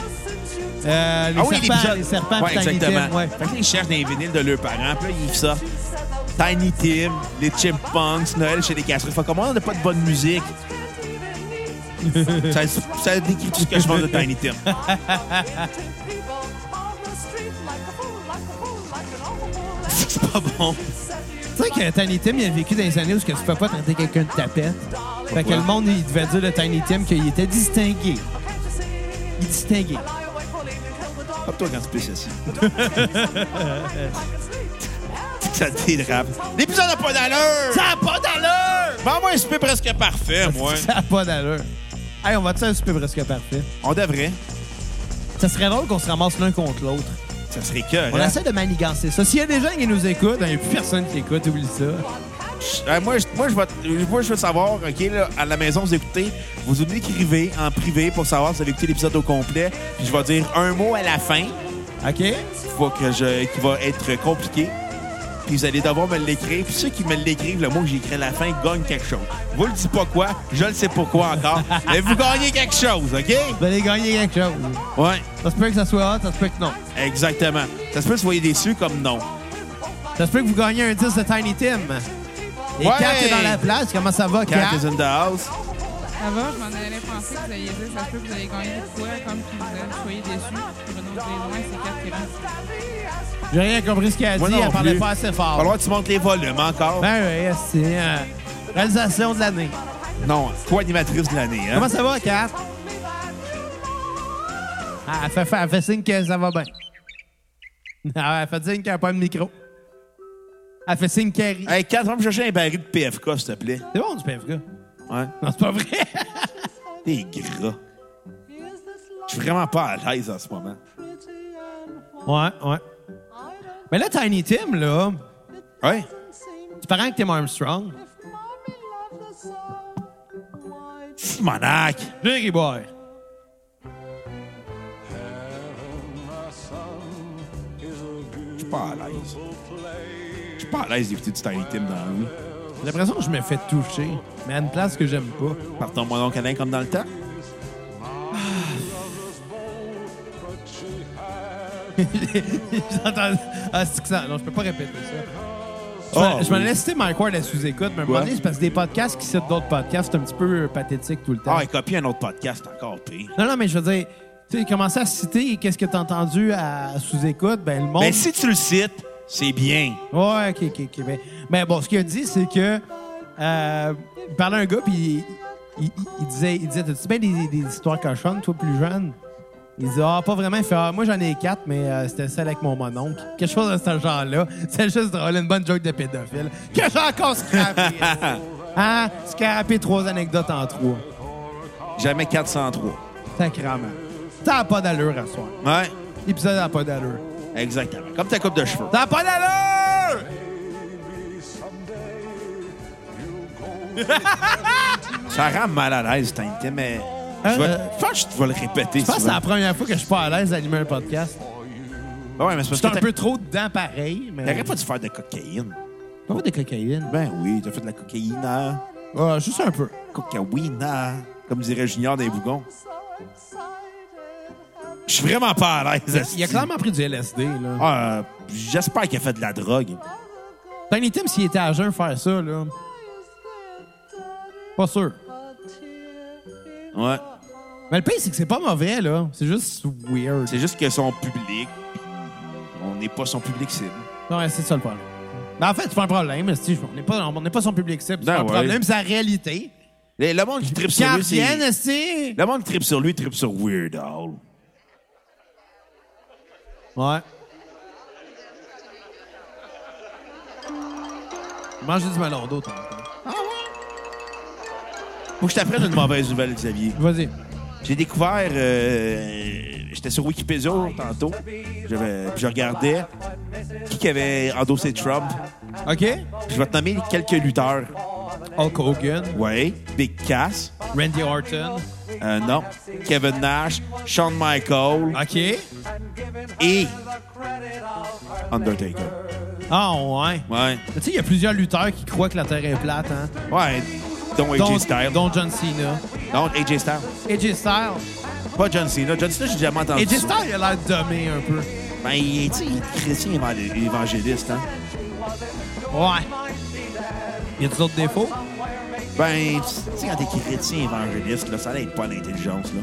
Euh, les, les serpents, bijoux. les serpents, Ah ouais, puis Tiny exactement. Tim, ouais. Fait que là, ils cherchent des vinyles de leurs parents, puis là, ils sortent Tiny Tim, les Chipmunks, Noël chez les casseroles. Fait que comment on n'a pas de bonne musique? ça, ça décrit tout ce que je pense de Tiny Tim. C'est pas bon. Tu sais que Tiny Tim, il a vécu dans les années où ce que tu peux pas tenter quelqu'un de tapette. Fait que Pourquoi? le monde, il devait dire le Tiny Tim qu'il était distingué. Il distingué. Pas toi quand tu pisses ici. ça dérape. L'épisode n'a pas d'allure! Ça a pas d'allure! Ben, moi, un souper presque parfait, moi. Ça a pas d'allure. Hey, on va-tu un super presque parfait? On devrait. Ça serait drôle qu'on se ramasse l'un contre l'autre. Ça serait cœur. hein? On essaie de manigancer ça. S'il y a des gens qui nous écoutent, ben, il n'y a plus personne qui écoute, oublie ça. Euh, moi, je, moi, je vais t- moi, je veux savoir, OK, là, à la maison, vous écoutez, vous écrivez en privé pour savoir si vous avez écouté l'épisode au complet. Puis je vais dire un mot à la fin OK? faut que je, qui va être compliqué. Puis vous allez devoir me l'écrire. Puis ceux qui me l'écrivent, le mot que j'écris à la fin gagne quelque chose. Vous le dites pas quoi, je le sais pourquoi encore. mais vous gagnez quelque chose, OK? Vous allez gagner quelque chose. Ouais, Ça se peut que ça soit hot, ça se peut que non. exactement. Ça se peut que vous soyez déçus comme non. Ça se peut que vous gagnez un 10 de Tiny Tim. Et Ouais! Kat est dans la place. Comment ça va, Cat Kat? is in the house. Ça va, je m'en allais penser que vous alliez dire ça se peut que vous allez gagner de quoi, comme que vous allez- soyez déçus. Bruno Desloins, c'est quatre qui rentrent. J'ai rien compris ce qu'elle a dit. Moi non Elle parlait plus. pas assez fort. Falloir que tu montes les volumes encore. Oh. Ben oui, c'est euh, réalisation de l'année. Non, toi, animatrice de l'année. Hein? Comment ça va, Kat? Ah, elle, fait, fa- elle fait signe que ça va bien. Ah, elle fait signe qu'elle n'a pas de micro. Elle fait signe qu'elle rit. Hey, Kat, va me chercher un baril de PFK, s'il te plaît. C'est bon du PFK. Ouais. Non, c'est pas vrai. T'es gras. Je suis vraiment pas à l'aise en ce moment. ouais, ouais. Mais là, Tiny Tim, là, Ouais? tu parles avec Tim Armstrong. Simonac! Jerry Boy. Je suis pas à l'aise. Je suis pas à l'aise d'écouter du Tiny Tim dans la rue. J'ai l'impression que je me fais toucher, mais à une place que j'aime pas. Partons moi donc câlin comme dans le temps. J'entends. Ah, c'est que ça. Non, je peux pas répéter ça. Je Ah, m'en- je m'en oui. laisse citer Mike Ward à sous-écoute, mais à un moment donné, c'est parce que des podcasts qui citent d'autres podcasts, c'est un petit peu euh, pathétique tout le temps. Ah, il copie un autre podcast encore pire. Non, non, mais je veux dire, tu sais, commencer à citer qu'est-ce que t'as entendu à sous-écoute, ben le monde. Ben, si tu le cites, c'est bien. Ouais, ok, ok, ok. Ben, ben bon, ce qu'il a dit, c'est que. Euh, il parlait à un gars, puis il, il- il disait, il disait T'as-tu bien des, des histoires cochonnes, toi, plus jeune Il dit Ah, pas vraiment. Il fait Ah, moi, j'en ai quatre, mais euh, c'était celle avec mon mononcle. Quelque chose de ce genre-là. C'est juste drôle, une bonne joke de pédophile. Que j'ai encore scrappé. hein Scrappé trois anecdotes en trois. Jamais 403. Sacrament. T'as pas d'allure à soir. Ouais? L'épisode n'a pas d'allure. Exactement. Comme ta coupe de cheveux. T'as pas d'allure! Ça rend mal à l'aise, Tiny Tim, mais. Je vais... Euh, Je pense que je vais le répéter. Je pense que si c'est tu la première fois que je suis pas à l'aise d'animer un podcast. veux. Ouais, mais c'est parce J'étais que. un t'a- peu trop dedans pareil, mais. T'aurais pas dû faire de cocaïne. Pas de cocaïne. Ben oui, t'as fait de la cocaïne. hein? Ah, juste un peu. Cocaïna, comme dirait Junior des Bougons. Je suis vraiment pas à l'aise. Il a esti. clairement pris du LSD, là. Ah, euh, J'espère qu'il a fait de la drogue. Tiny Tim, s'il était à jeun, faire ça, là. Pas sûr. Ouais. Mais le pire, c'est que c'est pas mauvais, là. C'est juste weird. C'est juste que son public, on n'est pas son public cible. Ouais, c'est ça le problème. Mais en fait, c'est pas un problème. esti. On n'est pas, on n'est pas son public cible. C'est Ben pas un ouais. problème, c'est la réalité. Le, le monde qui tripe sur Quand lui, viennent, c'est... esti. Le monde qui tripe sur lui, tripe sur Weird Al. Ouais. Manger du hein. melon d'eau, t'as- Faut que je t'apprenne une mauvaise nouvelle, Xavier. Vas-y. J'ai découvert... euh, J'étais sur Wikipédia tantôt. J'avais- puis Je regardais qui, qui avait endossé Trump. OK. Puis je vais te nommer quelques lutteurs. Hulk Hogan, Ouais. Big Cass. Randy Orton. Euh, non. Kevin Nash. Shawn Michael. OK. Et... Undertaker. Ah, ouais. Ouais. Tu sais, il y a plusieurs lutteurs qui croient que la Terre est plate, hein? Ouais. Dont AJ Dont- Styles. Dont John Cena. Non, AJ Styles. AJ Styles. Pas John Cena. John Cena, j'ai jamais entendu. AJ ça. Styles, il a l'air dommé un peu. Ben, il est, tu sais, il est chrétien évan- évangéliste, hein? Ouais. Y a-tu d'autres défauts? Ben, tu sais, quand t'es chrétien évangéliste, là, ça n'aide pas à l'intelligence, là.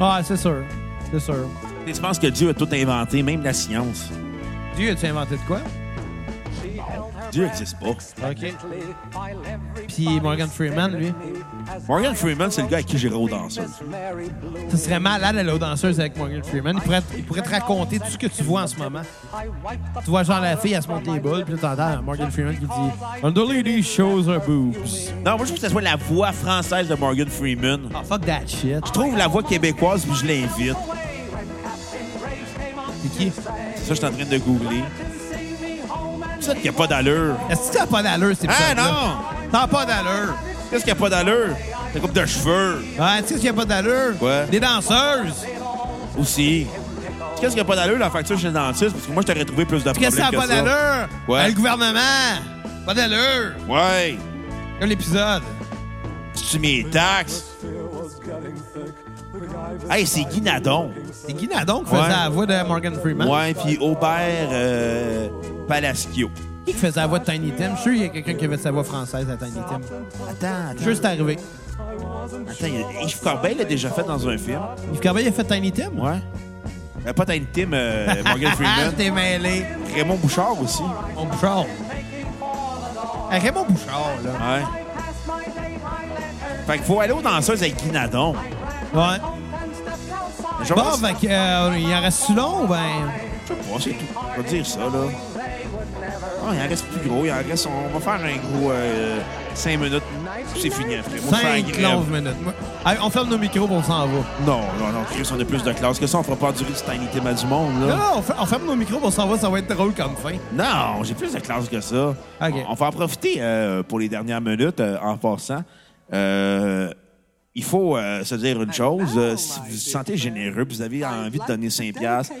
Ah, c'est sûr. C'est sûr. Tu sais, tu penses que Dieu a tout inventé, même la science. Dieu, as-tu inventé de quoi? Dieu n'existe pas. OK. Puis Morgan Freeman, lui. Morgan Freeman, c'est le gars à qui j'ai rôle dans ça. Ce serait malade aller aux danseuses avec Morgan Freeman. Il pourrait, il pourrait te raconter tout ce que tu vois en ce moment. Tu vois genre la fille, elle se monte les boules, puis là, t'entends Morgan Freeman qui dit « Under lady shows her boobs. Non, moi, je trouve que ça soit la voix française de Morgan Freeman. » Ah, fuck that shit. Je trouve la voix québécoise, puis je l'invite. C'est qui? C'est ça, que je suis en train de googler. C'est ça qu'il n'y a pas d'allure. Est-ce que t'as pas d'allure, ces Ah personnes-là? non! T'as pas d'allure. Qu'est-ce qu'il n'y a pas d'allure? Ta coupe de cheveux, Ah, tu sais ce qu'il y a pas d'allure? Ouais. Des danseuses. aussi. Qu'est-ce qu'il n'y a pas d'allure, la facture chez le dentiste? Parce que moi, je t'aurais trouvé plus de problèmes Qu'est-ce que ça a que pas ça. d'allure? Ouais. Ah, Le gouvernement. Pas d'allure. Ouais! Comme l'épisode. Tu mes taxes? Hey, c'est Guy Nadon. C'est Guy Nadon qui faisait Ouais. la voix de Morgan Freeman. Ouais, puis Aubert euh, Palaschio. Qui qui faisait la voix de Tiny Tim? Je suis sûr qu'il y a quelqu'un qui avait sa voix française à Tiny Tim. Attends, Je suis sûr que c'est arrivé. attends. il y a- Yves Corbeil l'a déjà fait dans un film. Yves Corbeil a fait Tiny Tim? Ouais. Euh, pas Tiny Tim, euh, Morgan Ah, Freeman. t'es mêlé. Raymond Bouchard aussi. Raymond Bouchard. Ah, Raymond Bouchard, là. Ouais. Fait qu'il faut aller aux danseuses avec Guy Nadon. Ouais. Je Bon, pense- fait que, euh, il en reste long ou ben... Je sais pas, c'est tout. On va dire ça, là. Ah, il en reste plus gros. Il en reste... On va faire un gros 5 minutes. C'est fini après. On va faire 5 grève. longues minutes. Ouais. Allez, on ferme nos micros, puis on s'en va. Non, non, non, Chris, on a plus de classe que ça. On fera pas durer du Tiny Tim à du monde, Non, là. non, on, fer- on ferme nos micros, puis on s'en va, ça va être drôle comme fin. Non, j'ai plus de classe que ça. OK. On va en profiter euh, pour les dernières minutes euh, en passant. Euh, il faut euh, se dire une chose. euh, si vous vous sentez généreux, puis vous avez envie de donner 5 piastres,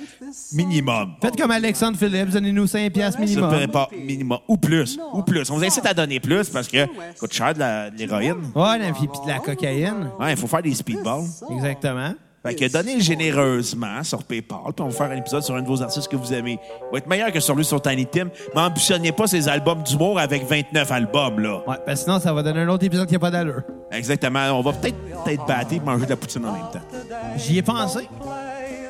minimum. Faites comme Alexandre Phillips, donnez-nous 5 piastres minimum. Ça peut pas minimum. Ou plus. Ou plus. On vous incite à donner plus parce que ça coûte cher de la- de l'héroïne. Ouais, la vie, puis de la cocaïne. Ouais, Il faut faire des speedballs. Exactement. Fait que donnez généreusement sur PayPal, puis on va faire un épisode sur un de vos artistes que vous aimez. Il va être meilleur que sur lui sur Tiny Tim, mais ambitionnez pas ces albums d'humour avec 29 albums, là. Ouais, parce que sinon, ça va donner un autre épisode qui n'a pas d'allure. Exactement. On va peut-être peut-être battre et manger de la poutine en même temps. J'y ai pensé.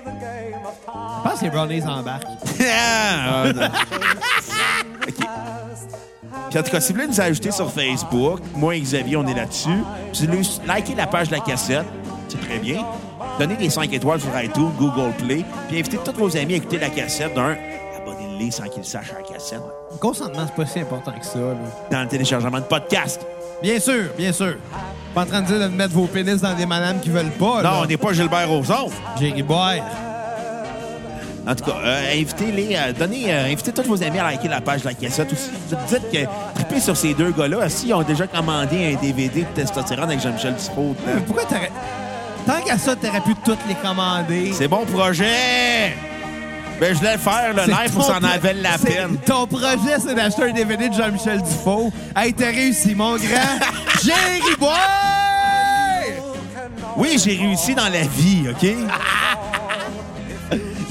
Je pense que les Brownies embarquent. Ah, non. OK. Puis en tout cas, si vous voulez nous ajouter sur Facebook, moi et Xavier, on est là-dessus. Puis si vous likez la page de la cassette, c'est très bien. Donnez des 5 étoiles sur iTunes, Google Play, puis invitez tous vos amis à écouter la cassette. D'un, abonnez-les sans qu'ils sachent la cassette. Le consentement, c'est pas si important que ça. Là. Dans le téléchargement de podcast. Bien sûr, bien sûr. Pas en train de dire de mettre vos pénis dans des madames qui veulent pas. Non, là. on n'est pas Gilbert Rozon. Jerry Boy. En tout cas, euh, invitez-les, euh, donnez, euh, invitez tous vos amis à liker la page de la cassette aussi. Dites que trippez sur ces deux gars-là. S'ils ont déjà commandé un DVD de testostérone avec Jean-Michel Dufault, Mais euh, pourquoi t'aurais... Tant qu'à ça, t'aurais pu toutes les commander. c'est bon projet! Ben, je voulais le faire, le live, ton pour s'en pro- avait la c'est- peine. Ton projet, c'est d'acheter un DVD de Jean-Michel Dufault. Hey, t'as réussi, mon grand. Jerry Boy! Oui, j'ai réussi dans la vie, OK?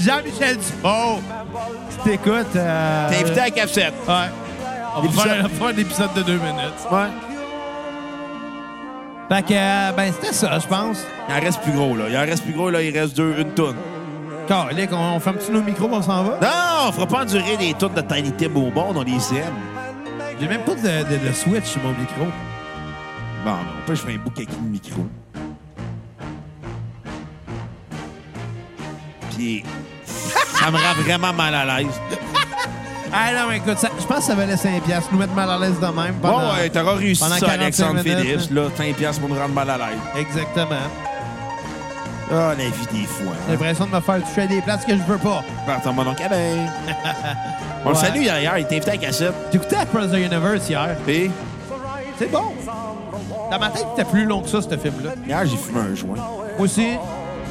Jean-Michel Dufault. Si t'écoutes... Oh, euh, Oh. T'es invité à la cassette. Ouais. On va Épisode- faire, on va faire un épisode de deux minutes. Ouais. Fait que, euh, ben, c'était ça, je pense. Il en reste plus gros, là. Il en reste plus gros, là. Il reste deux, une tonne. Calique, on, on ferme-tu nos micros, on s'en va? Non, on fera pas endurer des tonnes de Tiny Tim au monde, on les aime. J'ai même pas de, de- de switch sur mon micro. Bon, mais on peut, je fais un bouc avec le micro. Puis, ça me rend vraiment mal à l'aise. Ah non, mais écoute, ça- je pense que ça valait 5 piastres, nous mettre mal à l'aise de même. Pendant... Bon, ouais, t'auras réussi pendant ça, 45 Alexandre minutes, Phillips, là. 5 piastres pour nous rendre mal à l'aise. Exactement. Ah, la vie des fois. hein. J'ai l'impression de me faire toucher à des places que je veux pas. Partons, mon oncle Alain. On le Ouais. salue d'ailleurs, il était invité à la cassette. J'écoutais Across the Universe hier. Puis, C'est bon. Dans ma tête, c'était plus long que ça, ce film-là. hier, j'ai fumé un joint. Moi aussi,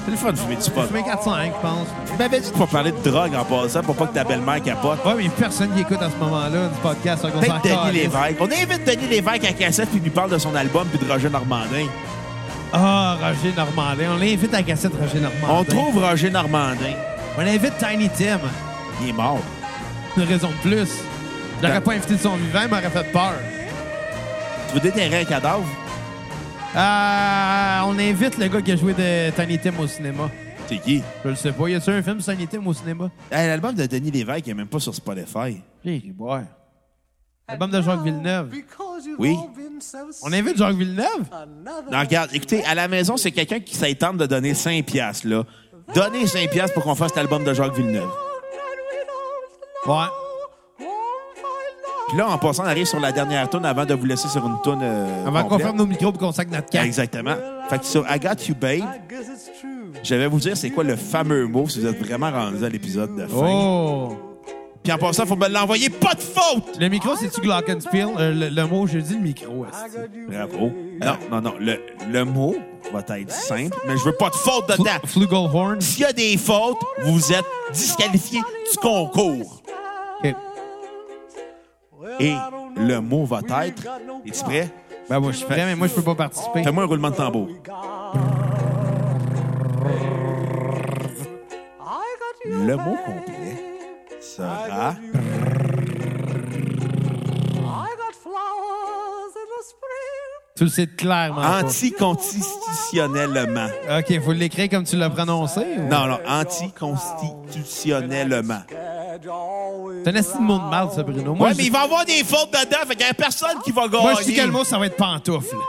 C'est le fun de fumer du pot. Ben, j'ai fumé 4-5, je pense. Tu m'avais dit de pas parler de drogue en passant pour pas que ta belle-mère capote. Ouais, mais il y a personne qui écoute à ce moment-là du podcast. fait qu'on s'en Peut-être calisse. Denis Lévesque. On invite Denis Lévesque à la cassette puis il lui parle de son album puis de Roger Normandin. Ah, Roger Normandin. On l'invite à la cassette, Roger Normandin. On trouve Roger Normandin. On l'invite Tiny Tim. Il est mort. Une raison de plus. Je l'aurais pas invité de son vivant, il m'aurait fait peur. Tu veux déterrer un cadavre? Euh, on invite le gars qui a joué de Tiny Tim au cinéma. C'est qui? Je le sais pas. Y a-tu un film Tiny Tim au cinéma? Hey, L'album de Denis Lévesque, il est même pas sur Spotify. J'ai ri boire. L'album de Jacques Villeneuve. Because you've Oui. all been so On invite Jacques Villeneuve? another Non, regarde, écoutez, à la maison, c'est quelqu'un qui ça tente de donner 5 piastres, là. Donnez 5 piastres pour qu'on fasse l'album de Jacques Villeneuve. Ouais. Puis là, en passant, on arrive sur la dernière tourne avant de vous laisser sur une tourne. euh, Avant qu'on complète. ferme nos micros pour qu'on sac notre carte. Exactement. Fait que sur I Got You Babe, I guess it's true. je vais vous dire c'est quoi le fameux mot si vous êtes vraiment rendu à l'épisode de fin. Oh! Puis en passant, faut me l'envoyer, pas de faute! Le micro, c'est-tu Glockenspiel? Euh, le, le mot, je dis le micro. I esti. got you. Bravo. Non, non, non. Le, le mot va être simple, mais je veux pas de faute dedans. Fl- Flugelhorn. S'il y a des fautes, vous êtes disqualifié du concours. OK. Well, Et I don't know. le mot va être. Es-tu prêt? Ben, moi, je suis prêt, mais moi, je peux pas participer. Fais-moi un roulement de tambour. I got you. Le mot complet sera. I got flowers in the spring. Tu le sais clairement pas. Anticonstitutionnellement. OK, faut l'écrire comme tu l'as prononcé. ou- Non, non, anticonstitutionnellement. Had you always T'as un esti de mot de mal, ça, Bruno. Moi, Ouais, je- mais il va y avoir des fautes dedans, fait qu'il y a personne qui va gagner. moi, je dis que le mot, ça va être pantoufle. hairs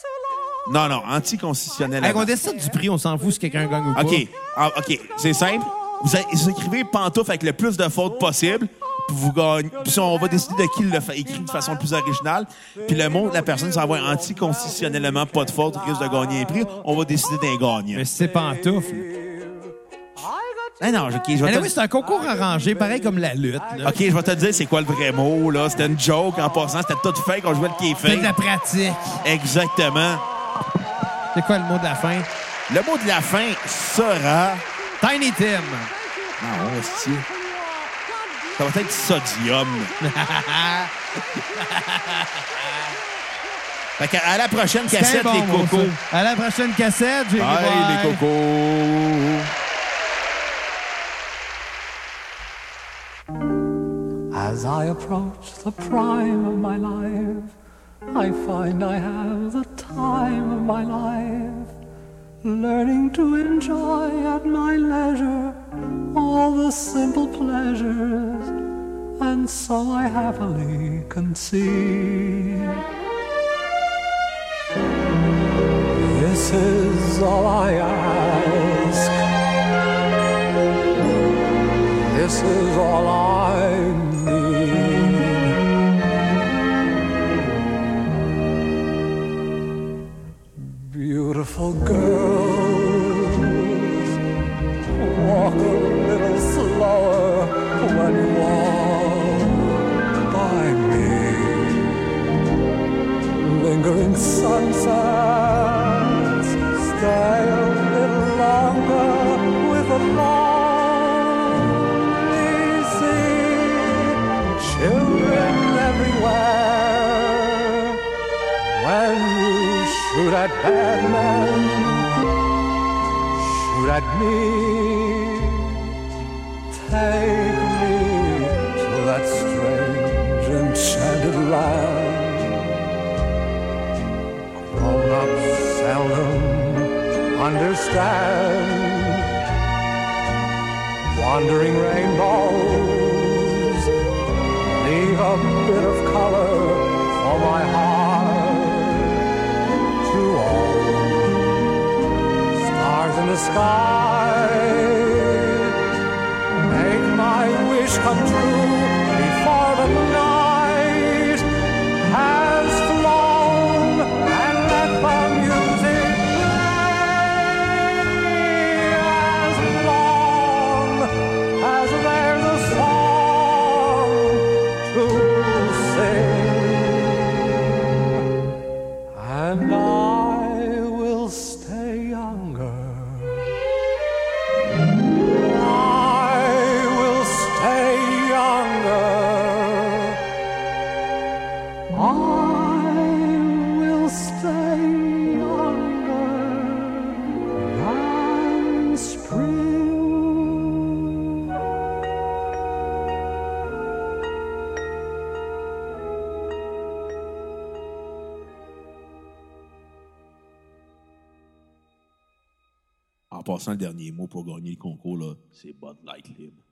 too long. Non, non, anticonstitutionnellement. Hey, on décide du prix, on s'en fout si quelqu'un gagne ou pas. OK, ah, OK, c'est simple. Vous, a- vous écrivez pantoufle avec le plus de fautes possible, puis vous gagnez. Puis on va décider de qui le fait écrit de façon plus originale. Puis le mot, la personne s'envoie anticonstitutionnellement, pas de faute, risque de gagner un prix. On va décider d'un gagnant. Mais si c'est pantoufle. I got Ah non, OK, je vais Mais te- oui, c'est un concours arrangé, pareil comme la lutte. là. OK, je vais te dire c'est quoi le vrai mot, là. C'était une joke en passant. C'était tout fake. On jouait le qui est C'est de la fake. pratique. Exactement. C'est quoi le mot de la fin? Le mot de la fin sera... Tiny Tim. Non, hostie. Ça va être sodium. fait qu'à- à la prochaine C'est cassette, bon, les mot, cocos. ça. À la prochaine cassette. J'ai Bye, bye. les cocos. As I approach the prime of my life, I find I have the time of my life, learning to enjoy at my leisure all the simple pleasures, and so I happily conceive. This is all I ask. This is all I need. Beautiful girls, walk a little slower when you walk by me. Lingering sunsets, stay a little longer with a long see children everywhere. When you shoot at Batman, shoot at me. Take me to that strange enchanted land. Grown understand. Wandering rainbows leave a bit of color for my heart to all stars in the sky. Make my wish come true before the night has flown and let the music play as long as there's a song to sing. And I will stay younger. I will stay younger. I will stay younger than spring. En passant le dernier mot pour gagner le concours, là, c'est Bud Light Libre.